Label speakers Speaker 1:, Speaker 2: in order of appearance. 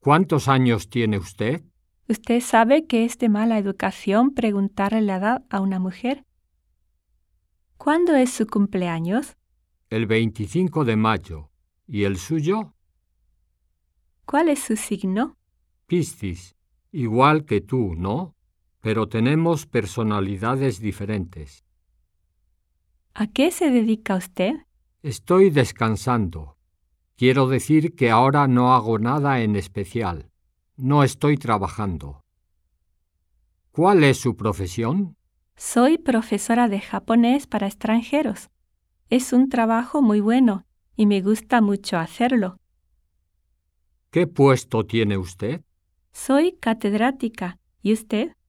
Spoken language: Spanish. Speaker 1: ¿Cuántos años tiene usted?
Speaker 2: ¿Usted sabe que es de mala educación preguntarle la edad a una mujer? ¿Cuándo es su cumpleaños?
Speaker 1: El 25 de mayo. ¿Y el suyo?
Speaker 2: ¿Cuál es su signo?
Speaker 1: Piscis. Igual que tú, ¿no? Pero tenemos personalidades diferentes.
Speaker 2: ¿A qué se dedica usted?
Speaker 1: Estoy descansando. Quiero decir que ahora no hago nada en especial. No estoy trabajando. ¿Cuál es su profesión?
Speaker 2: Soy profesora de japonés para extranjeros. Es un trabajo muy bueno y me gusta mucho hacerlo.
Speaker 1: ¿Qué puesto tiene usted?
Speaker 2: Soy catedrática. ¿Y usted?